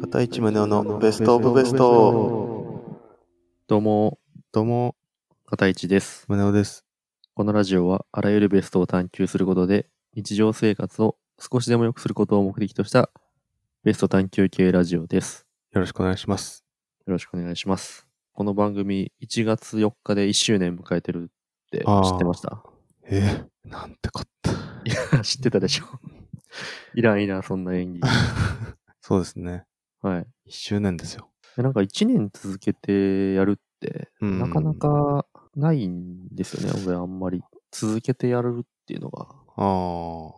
片市宗男のベストオブベスト。どうも、どうも、片市です。宗男です。このラジオはあらゆるベストを探求することで、日常生活を少しでも良くすることを目的としたベスト探求系ラジオです。よろしくお願いします。よろしくお願いします。この番組1月4日で1周年迎えてるってあー知ってました えー、なんてこった。 いや、知ってたでしょ。いらんいらん、そんな演技。そうですね。はい。 1周年ですよ。でなんか1年続けてやるって、うんなかなかないんですよね、俺あんまり。続けてやるっていうのが。あ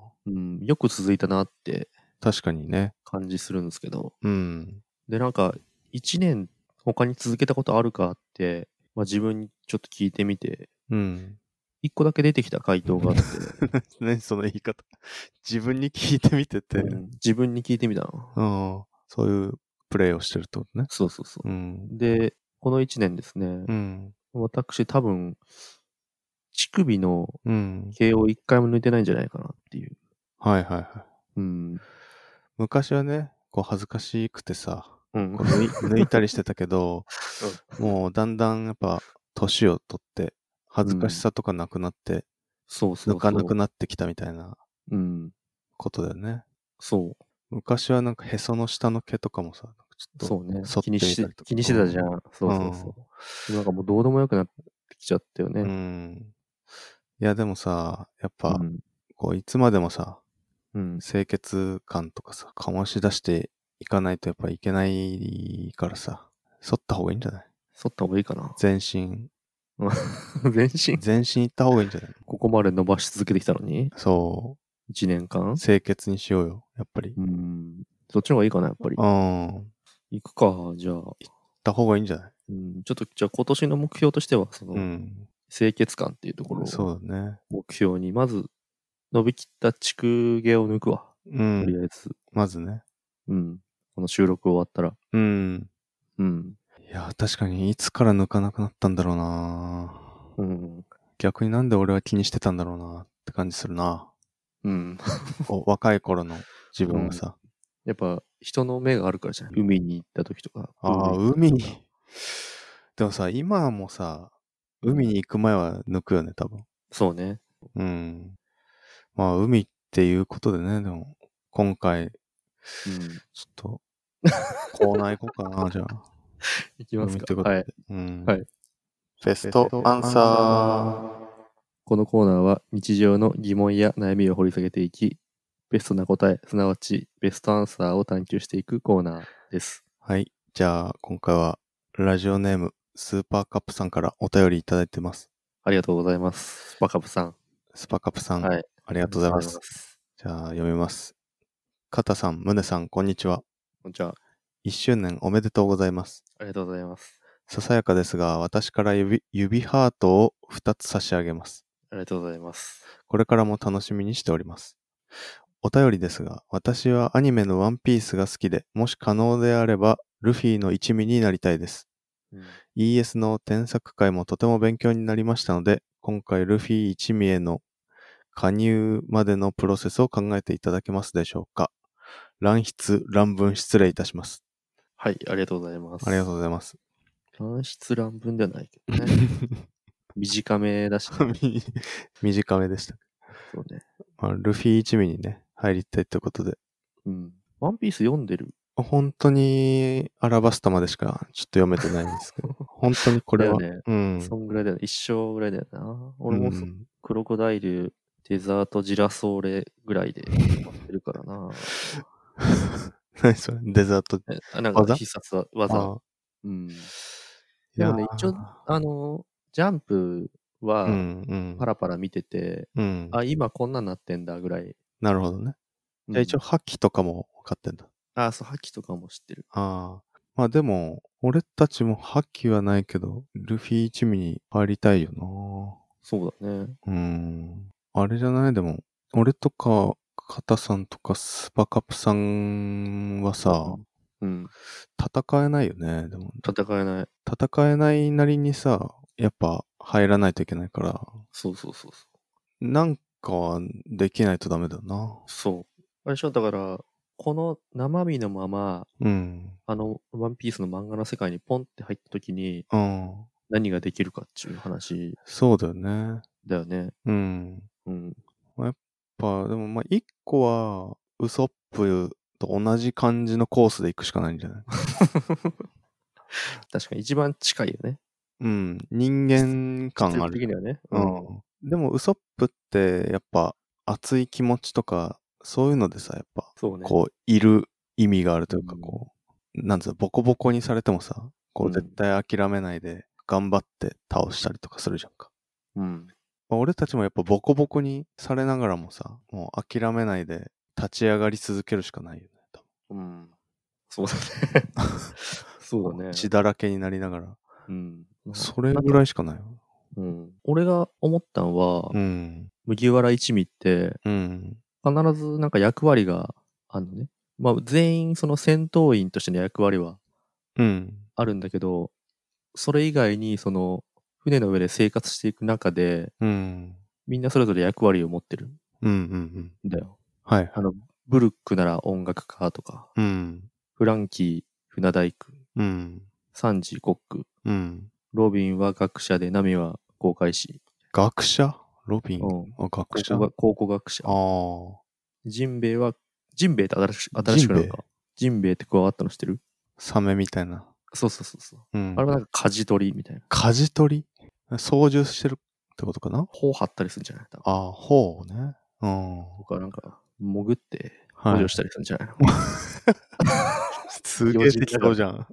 あ、うん、よく続いたなって確かにね。感じするんですけど。うん。で、なんか、1年他に続けたことあるかって、まあ自分にちょっと聞いてみて、うん。 1個だけ出てきた回答があって、何その言い方。自分に聞いてみて て。うん自分に聞いてみたの。うん。そういうプレイをしてるってことね。そうそうそうう。ん。で、この1年ですね、うん。私多分、乳首のうん。毛を1回も抜いてないんじゃないかなっていう。はいはいはい。うん。昔はね、こう恥ずかしくてさ、 うんこう。抜い抜いたりしてたけど、もうだんだんやっぱ年を取って、恥ずかしさとかなくなって、そうそうそう。抜かなくなってきたみたいなうん。ことだよね。そ昔はなんかへその下の毛とかもさ、なんかちう。ょっとそうね剃。って気みにたりしとかて、気にしてたじゃん。そうそうそう。でもなんかもうどうでもよくなってきちゃったよね。うん。いやでもさ、やっぱう、んこういつまでもさ、うん。清潔感とかさ、醸し出していかないとやっぱいけないからさ、剃った方がいいんじゃない剃った方がいいかな。 全身、全身、全身いった方がいいんじゃないここまで伸ばし続けてきたのに、そ1年間う、。清潔にしようよ、やっぱり。うん。そっちの方がいいかな、やっぱりう。ん。行くか、じゃあ。った方がいいんじゃないうん、ちょっと、じゃあ今年の目標としては、その、うん。清潔感っていうところをそうだね。目標に、まず、伸びきった地区毛を抜くわ。うとりん。あえず。まずね。うん。この収録終わったら。うん。うん。いや、確かにいつから抜かなくなったんだろうなうん。逆になんで俺は気にしてたんだろうなって感じする なうん。こう若い頃の自分がさ。やっぱ、人の目があるからじゃない海に行った時とか。ああ、海に。でもさ、今もさ、海に行く前は抜くよね、多分。そうね。うん。まあ、海っていうことでね、でも、今回、うん。ちょっと、コーナー行こう かな、じゃあ。行きます海ってか。ことはいで。。うん。はいベストアンサこのコーナーは日常の疑問や悩みを掘り下げていき、ベストな答え、すなわちベストアンサーを探求していくコーナーです。ー。はい。じゃあ、今回は、ラジオネーム、スーパーカップさんからお便りいただいてます。ありがとうございます。スパカブさん。あスパカップさん、はいありがとうございます。じゃあ、読みます。カタさん、ムネさん、こんにちは。こんにちは。 1周年おめでとうございます。ありがとうございます。ささやかですが、私から指指ハートを2つ差し上げます。ありがとうございます。これからも楽しみにしております。お便りですが、私はアニメのワンピースが好きで、もし可能であれば、ルフィの一味になりたいです。うん ES の添削会もとても勉強になりましたので、今回ルフィ一味への加入までのプロセスを考えていただけますでしょうか。乱筆、乱文失礼いたします。はい、ありがとうございます。ありがとう。うございます。 乱筆乱文ではないけどね。短めだし、ね、み 短めでした。そうね。まあ、ルフィ一味にね、入りたいということで。うん。ワンピース読んでる本当にアラバスタまでしかちょっと読めてないんですけ ど、本当にこれは。だよね。うん。そんぐらいだよね。一生ぐらいだよな。俺もそうん クロコダイル、デザート、ジラソーレぐらいで止まってるからな。何それデザート。えあなんか技必殺は技。あうん。いやでもね一応あの、ジャンプうはんうんパ。ラパラ見てて、うん。あ、今こんなんなってんだぐらい。なるほどね。じゃあ一応、うん、ハッキとかも買ってんだ。あ、そう、ハキとかも知ってる。ああ。まあでも、俺たちもハッキはないけど、ルフィ一味に入りたいよそうだね。な。うーん。あれじゃないでも、俺とか、カタさんとか、スパカプさんはさ、うん。戦えないよね。でも、戦えない。戦えないなりにさ、やっぱ入らないといけないから、そうそうそうそう。なんかはできないとダメだよな。そう。あれでしょ、だから、この生身のまま、うん。あの、ワンピースの漫画の世界にポンって入った時にうん。何ができるかっていう話そうだよね。だよね。うん。うん。やっぱ、でもまあ、一個は、ウソップと同じ感じのコースで行くしかないんじゃ ない確かに一番近いよね。うん。人間感あ実力的る。にはね。うん。でも、ウソップって、やっぱ、熱い気持ちとか、そういうのでさ、やっぱ、そうね。こう、いる意味があるというか、うんこう、なんつうの、ボコボコにされてもさ、こうう、ん絶対諦めないで、頑張って倒したりとかするじゃんか。うん。まあ俺たちもやっぱボコボコにされながらもさ、もう諦めないで立ち上がり続けるしかないよね。多うん。そう だね。そうだ分ね。血だらけになりながら。うん。それぐらいしかないよ。うん。俺が思ったのは、うん。麦わら一味って、うん。必ずなんか役割があるのね。まあ、全員その戦闘員としての役割はうん。あるんだけど、それ以外にその船の上で生活していく中で、うん。みんなそれぞれ役割を持ってるんうん。うん。うん。だよ。はいはい。あの、ブルックなら音楽家とか、うん。フランキー、船大工、うん。サンジ、コック、うん。ロビンは学者で、ナミは航海士、学者ロビン。うんあ、学考者古が考古学者、ああ。ジンベイは、ジンベイって新し新しくなるか。ジンベイって加わったの知ってるサメみたいな。そうそうそうそう。うん。あれはなんか舵取りみたいな。舵取り操縦してるってことかな頬張ったりするんじゃないか。ああ、ほうね。うん。とかなんか、潜って、はい補助したりするんじゃないの、 すげえ適当じゃん。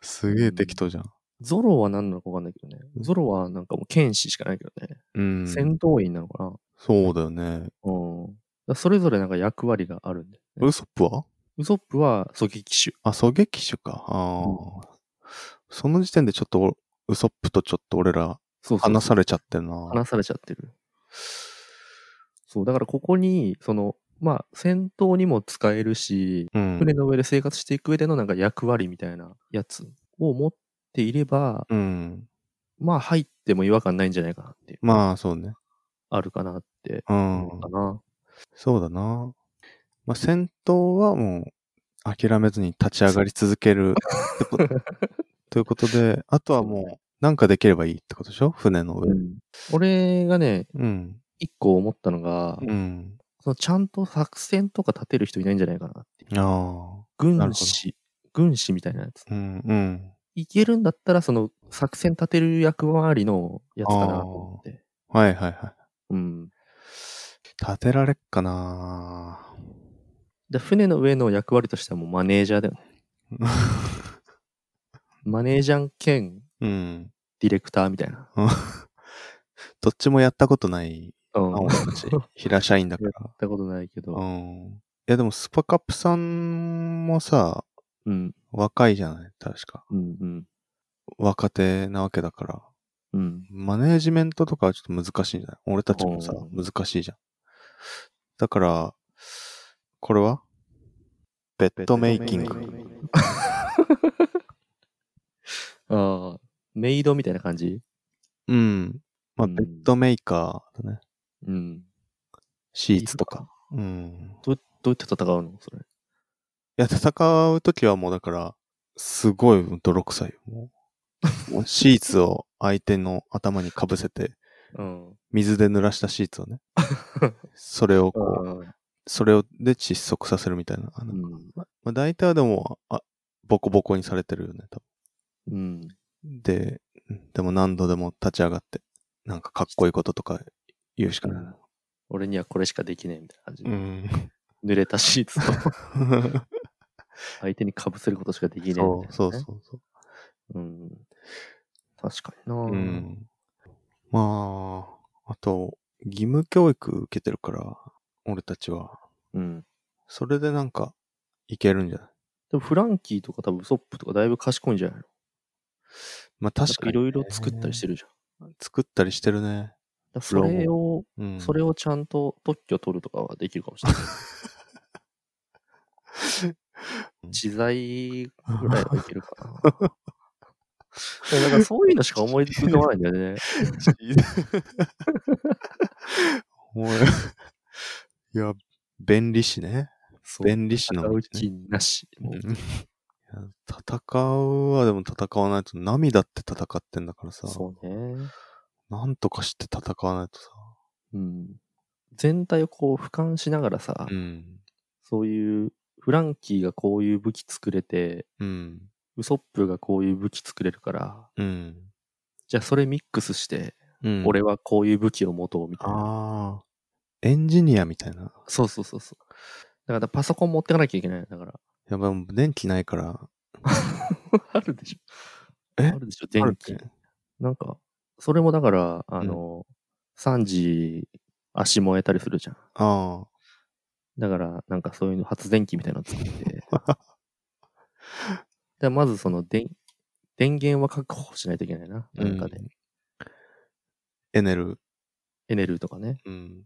すげえ適当じゃん。ゾロは何なのか分かんないけどね。ゾロはなんかもう剣士しかないけどね。うん。戦闘員なのかなそうだよね。うん。だからそれぞれなんか役割があるんで。ウソップはウソップは狙撃手。あ、狙撃手か。あーその時点でちょっとおウソップとちょっと俺らそうそう離されちゃってんな。話されちゃってる。そう、だからここに、その、まあ、戦闘にも使えるし、うん。船の上で生活していく上でのなんか役割みたいなやつを持っていれば、うん。まあ、入っても違和感ないんじゃないかなって、まあ、そうね。あるかなってうん思。うかな。そうだな。まあ、戦闘はもう諦めずに立ち上がり続け るってことということで、あとはもうなんかできればいいってことでしょ船の上。俺がね、うん。一個思ったのが、うん。そのちゃんと作戦とか立てる人いないんじゃないかなって。あなる軍ほど師、軍師みたいなやつ。あ。うん。うん。いけるんだったら、その作戦立てる役割のやつかなと思って。はいはいはい。うん。立てられっかな で船の上の役割としてはもうマネージャーだよね。マネージャー兼うん。 ディレクターみたいな。どっちもやったことないうん。青やった ち、平社員だから。たことないけうど。ん。いやでもスパカップさんもさ、うん。若いじゃない確か。うん。うん。若手なわけだから。うん。マネージメントとかはちょっと難しいんじゃない俺たちもさお、難しいじゃん。だから、これはベッドメイキング。ああ、メイドみたいな感じうん。まあ、うんベッドメーカーだね。うん。シーツとか。うん。どうやって戦うのそれ。いや、戦うときはもうだから、すごい泥臭いよ。もう もうシーツを相手の頭にかぶせて、うん。水で濡らしたシーツ をね。それをこう、それをで窒息させるみたいな。あのうん。まあ、大体はでも、あ、ボコボコにされてるよね、多うん。分。で、でも何度でも立ち上がって、なんかかっこいいこととか言うしかないな。俺にはこれしかできねえみたいな感じで。 ん。濡れたシーツを 相手に被せることしかできねえみたいなそね、うそうそうそう。うん。確かにな、うん。まあ、あと、義務教育受けてるから、俺たちは。うん。それでなんか、いけるんじゃないでもフランキーとか多分ウソップとかだいぶ賢いんじゃないのまあ確かに、いろいろ作ったりしてる。るじゃん。作ったりしてるね。だからそれを、うん。。それをちゃんと特許取るとかはできるかもしれない自在ぐらいはいけるか な。でもなんかそういうのしか思いつかないんだよね。 もういや、便利しね。そう。弁理士な戦のうにね気なし。もううんいや戦うはでも戦わないと涙って戦ってんだからさ、そうね。なんとかして戦わないとさ、うん。全体をこう俯瞰しながらさ、うん、そういうフランキーがこういう武器作れて、うん、ウソップがこういう武器作れるから、うん、じゃあそれミックスして、うん。俺はこういう武器を持とうみたいな。ああ、エンジニアみたいな。そうそうそうそう。だからパソコン持ってかなきゃいけない。だから。やばい、もう電気ないから、 あるでしょ。えあるでしょ、電あ気る。ってなんか、それもだから、あの、3時足燃えたりするじゃん。ああ、だから、なんかそういうの発電機みたいなの作 って。でまずその電、電源は確保しないといけないな。なんかで、うんエネル、エネルーとかね。うん、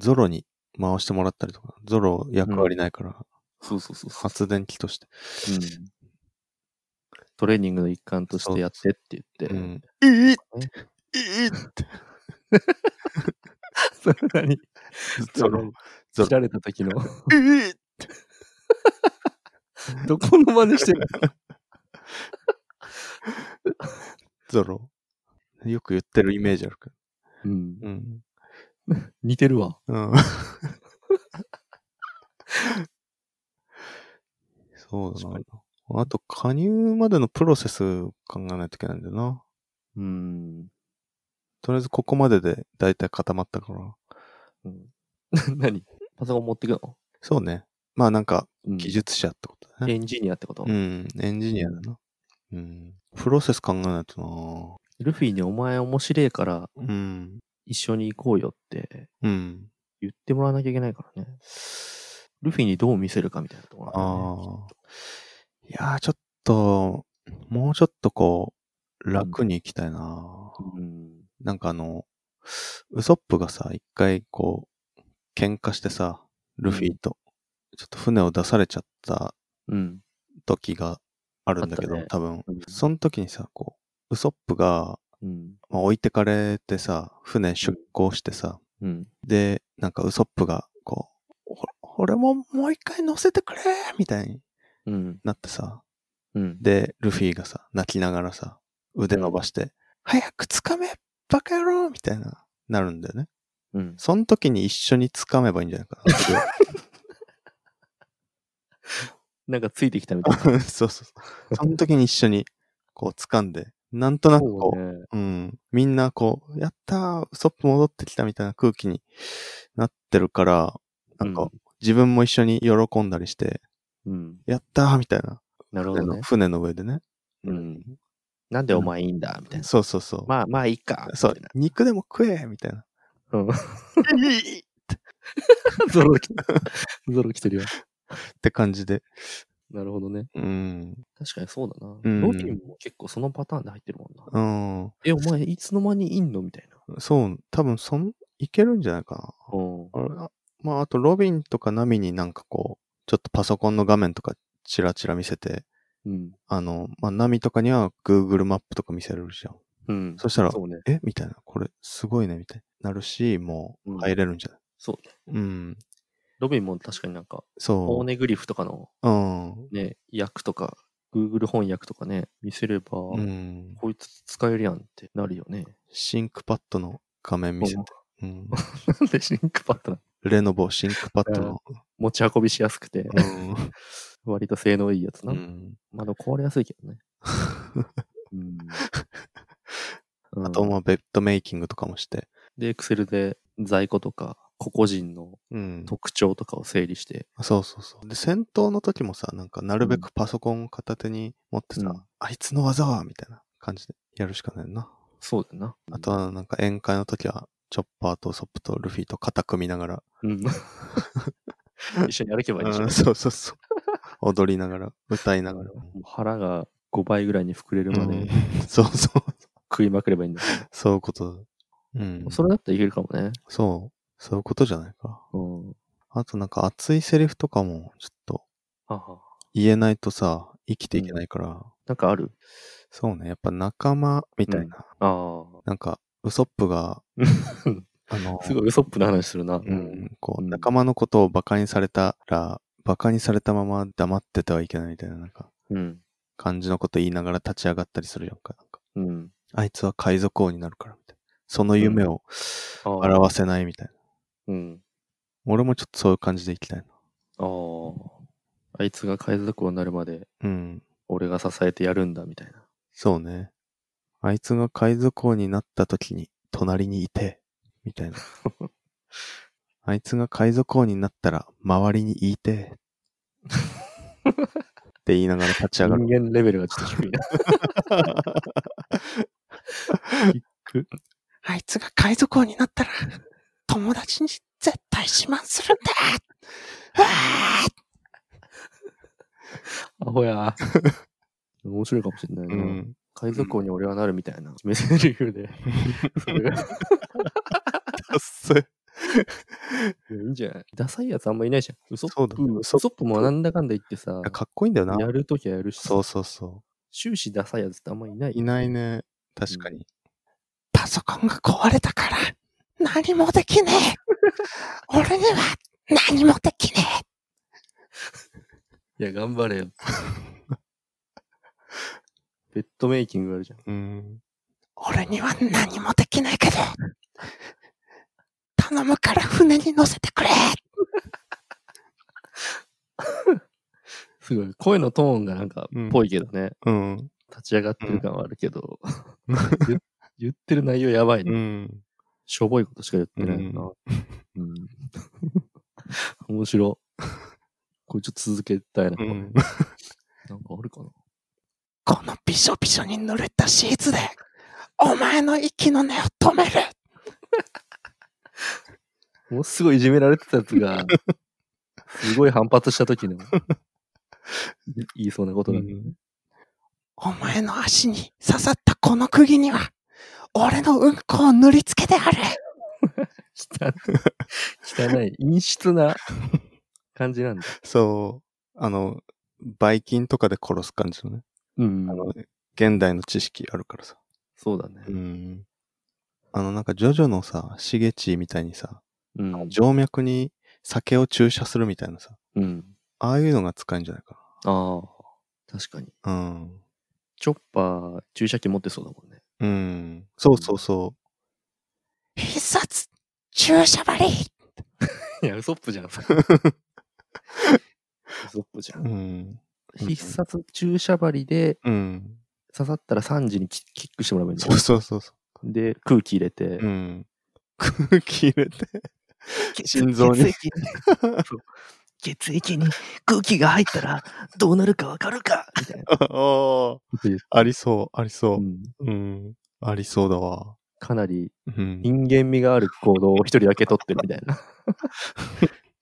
ゾロに回してもらったりとか、ゾロ役割ないから、そうそうそうそう、発電機として。うんトレーニングの一環としてやってって言って。うん。いいねいいって、 そんなに、 ゾロ、ゾ切らロ。れた時の、いい どこの真似してるゾロ。よく言ってるイメージあるかうん。ら。うん。似てるわ。 うん。そうだな確。あと、加入までのプロセス考えないといけないんだよな。うん。とりあえずここまでで大体固まったから。うん、 何パソコン持ってくの、そうね。まあなんか、うん技術者ってことだね。エンジニアってこと、うん、エンジニアだな。うん。プロセス考えないとルフィにお前面白いからなうん。一緒に行こうよってうん。言ってもらわなきゃいけないからね。ルフィにどう見せるかみたいなところなんだねああ。いやー、ちょっと、もうちょっとこう、楽に行きたいな、うん。なんかあの、ウソップがさ、一回こう、喧嘩してさ、ルフィと、ちょっと船を出されちゃったうん。時があるんだけど、あったね多分、うんその時にさ、こう、ウソップが、うん。まあ、置いてかれてさ、船出港してさ、うん。で、なんかウソップが、こう、お俺ももう一回乗せてくれみたいにうん。なってさ、うん。で、ルフィがさ、泣きながらさ、腕伸ばして、早く掴めバカ野郎みたいな、なるんだよね。うん。その時に一緒に掴めばいいんじゃないかなそれはなんかついてきたみたいな。。 そうそうそう。その時に一緒に、こう掴んで、なんとなくそこうう、ねうん、みんなこう、やったー、ウソップ戻ってきたみたいな空気になってるから、なんうかん、自分も一緒に喜んだりして、うん。やったーみたいな。なるほ船どのね。船の上でね。うん。なんでお前いいんだみたいな。そうそうそう。まあまあいいか。そう みたい、肉でも食えみたいな。な。うん。 っゾロ来てる。ゾロ来てるよ。て感じで。なるほどね。うん。確かにそうだな。うんロビンも結構そのパターンで入ってるもんな。うん。え、お前いつの間にいんのみたいな。そう、多分そん、いけるんじゃないかうん。な。あれあまあ、あと、ロビンとかナミになんかこう、ちょっとパソコンの画面とかチラチラ見せて、うん。あの、まあ、ナミとかには Google マップとか見せれるじゃん。うん。そしたら、そうね。えみたいな。これ、すごいね、みたいになるし、もうんう、入れるんじゃない、そうね。うん、ロビンも確かになんか、オーそネグリフとかのう。うん。ね、訳とか、Google 翻訳とかね、見せれば、うん。こいつ使えるやんってなるよね。 シンクパッドの画面見せて。うん、なんでシンクパッドなのレノボシンクパッドの。持ち運びしやすくて、割と性能いいやつうな。ん。まあでも壊れやすいけ どね。うん。あと、まあ、ベッドメイキングとかもして。で、Excel で在庫とか、個々人のうん。特徴とかを整理して、そうそうそう。で、戦闘の時もさ、なんか、なるべくパソコンを片手に持ってさ、うんあいつの技はみたいな感じでやるしかないな。そうだよな。あとは、なんか、宴会の時は、チョッパーとソップとルフィと肩組みながら、うん、 一緒に歩けばいいでしょうん。 そうそうそう。踊りながら、歌いながら。もう腹が5倍ぐらいに膨れるまうでんそうそう。食いまくればいいんだ、そういうことだ。うん。それだったらいけるかもね。そう。そういうことじゃないか。うん。あとなんか熱いセリフとかもちょっとはは言えないとさ、生きていけないから、なんかあるそうね、やっぱ仲間みたいな、あなんかウソップ が、うんあのあ。、すごいウソップの話するな。うん、こううん仲間のことを馬鹿にされたら、バカにされたまま黙っててはいけないみたいな、なんか、うん。感じのこと言いながら立ち上がったりするやんか。なんかうん。あいつは海賊王になるから、みたいな。その夢をあー表せないみたいな。うん。俺もちょっとそういう感じでいきたいな。ああ。あいつが海賊王になるまで、うん。俺が支えてやるんだ、みたいな。そうね。あいつが海賊王になった時に隣にいて、みたいな。 あいつが海賊王になったら周りにいて。って言いながら立ち上がる。人間レベルがちょっと低いな。 あいつが海賊王になったら友達に絶対自慢するんだ アホ や。面白いかもしれないうな。 ん。海賊王に俺はなるみたいな。メセリフで。それが いやいいんじゃないダサいやつあんまいないじゃん。ウソそッうだプ、ねウソップもなんだかんだ言ってさ、かっこいいんだよなや。るときはやるし、そうそうそ終始ダサいやつってあんまいなう。い。いないね。確かに。パソコンが壊れたから何もできねえ。俺には何もできねえ。いや、頑張れよ。 ベッドメイキングあるじゃん。うん。俺には何もできないけど、頼むから船に乗せてくれ。すごい。声のトーンがなんかうん、ぽいけどね。うん。立ち上がってる感はあるけど、 言言ってる内容やばいね。うん。しょぼいことしか言ってないな。うん。面白。これちょっと続けたいな。うん。なんかあるかな。このびしょびしょに濡れたシーツで、お前の息の根を止める。ものすごいいじめられてたやつが、すごい反発した時の、言いそうなことだね。お前の足に刺さったこの釘には、俺のうんこを塗りつけてやる。汚い、汚い、陰湿な感じなんだ。そう。あの、バイキンとかで殺す感じのね。うんあの、現代の知識あるからさ。そうだね。うん。あの、なんか、ジョジョのさ、シゲチみたいにさ、うん。静脈に酒を注射するみたいなさ、うん。ああいうのが使えるんじゃないかああ、確かに。な。うん。チョッパー、注射器持ってそうだもんね。うん。そうそうそ必殺、注射針。いや、ウソップじゃん。ウソップじゃ。う。うんん。必殺注射針でうん。刺さったら3時にキキックしてもらえばいいんだそようそうそうそで、空気入れてう。、うん。 空気入れて。 心臓血に液にそう血液に空気が入ったらどうなるかわかるかみたいな。 ああ、ありそう、ありそうう。んうん。ありそうだわ。かなりうん。人間味がある行動を一人だけ取ってるみたい な。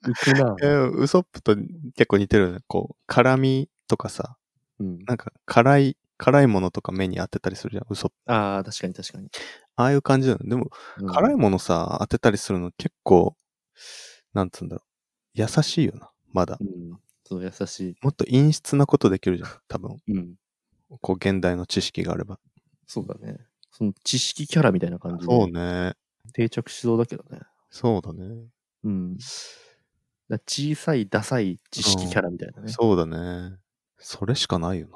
浮くなえ。ーウソップと結構似てるよね。こう、辛味とかさ、うん、なんか辛い、辛いものとか目に当てたりするじゃん、ウソップ。ああ、確かに確かに。ああいう感じだよね。でも、うん辛いものさ、当てたりするの結構、なんつうんだろう。優しいよな、まだう。ん。そう、優しもっと陰湿なことできるじゃん、多分。い。うん。こう、現代の知識があれば。そうだね。その知識キャラみたいな感じそうでね。定着しそうだけどね。そうだね。うん。だ小さい、ダサい知識キャラみたいなね。そうだね。それしかないよ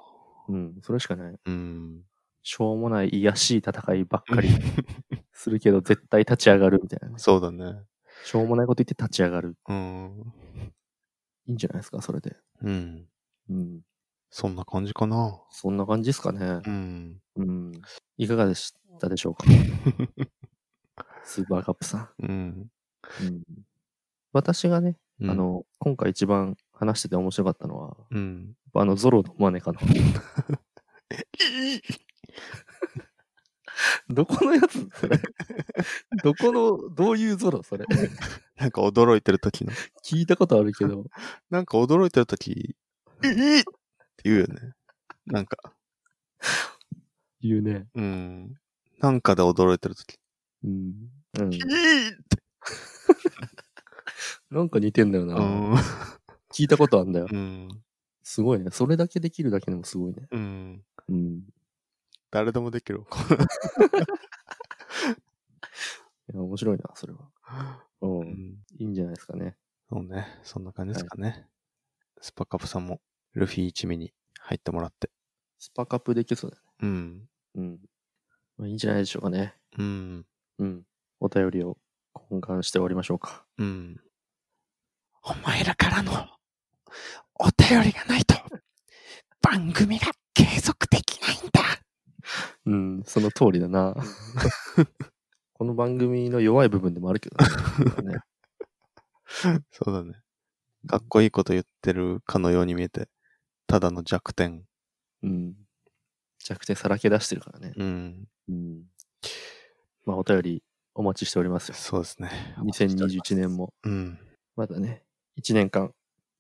うん。それしかない。な。うん。しょうもない、癒やしい戦いばっかりするけど、絶対立ち上がるみたいなね。そうだね。しょうもないこと言って立ち上がる。うん。いいんじゃないですか、それで。うん。うん。そんな感じかな。そんな感じですかね。うん。うん。いかがでしたでしょうかスーパーカップさうん。ん。うん、私がね、うんあ、の、今回一番話してて面白かったのは、うん。あの、ゾロのマネかな。 どこのやつそれ。どこの、どういうゾロそれ。なんか驚いてる時の。聞いたことあるけど、なんか驚いてる時、えーって言うよね。なんか、言うね。うん。なんかで驚いてる時。うん。うん、えーってなんか似てんだよな。うん。聞いたことあんだよ。うん。すごいね。それだけできるだけでもすごいね。うん。うん。誰でもできる。いや、面白いな、それは。う。うんん。いいんじゃないですかね。そうね。そんな感じですかね。スパカプさんもルフィ一味に入ってもらって。スパカップできそうだね。うん。うん。まあ、いいんじゃないでしょうかね。うん。うん。お便りを懇願して終わりましょうか。うん。お前らからのお便りがないと番組が継続できないんだ。うん、その通りだな。 この番組の弱い部分でもあるけど ね。ねそうだね。かっこいいこと言ってるかのように見えて、ただの弱点。うん。弱点さらけ出してるからね。うん。うん。まあ、お便りお待ちしておりますよ。そうですね。 2021年も、うん。まだね、1年間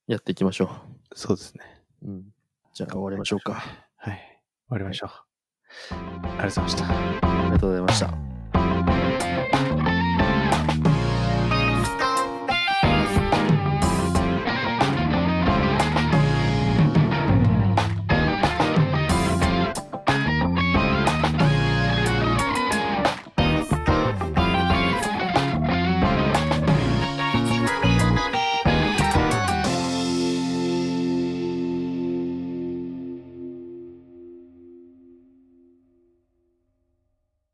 やっていきましょそうですね。う。うん。じゃあ終わりましょうか。はい。終わりましょう。ありがとうございました。ありがとうございました。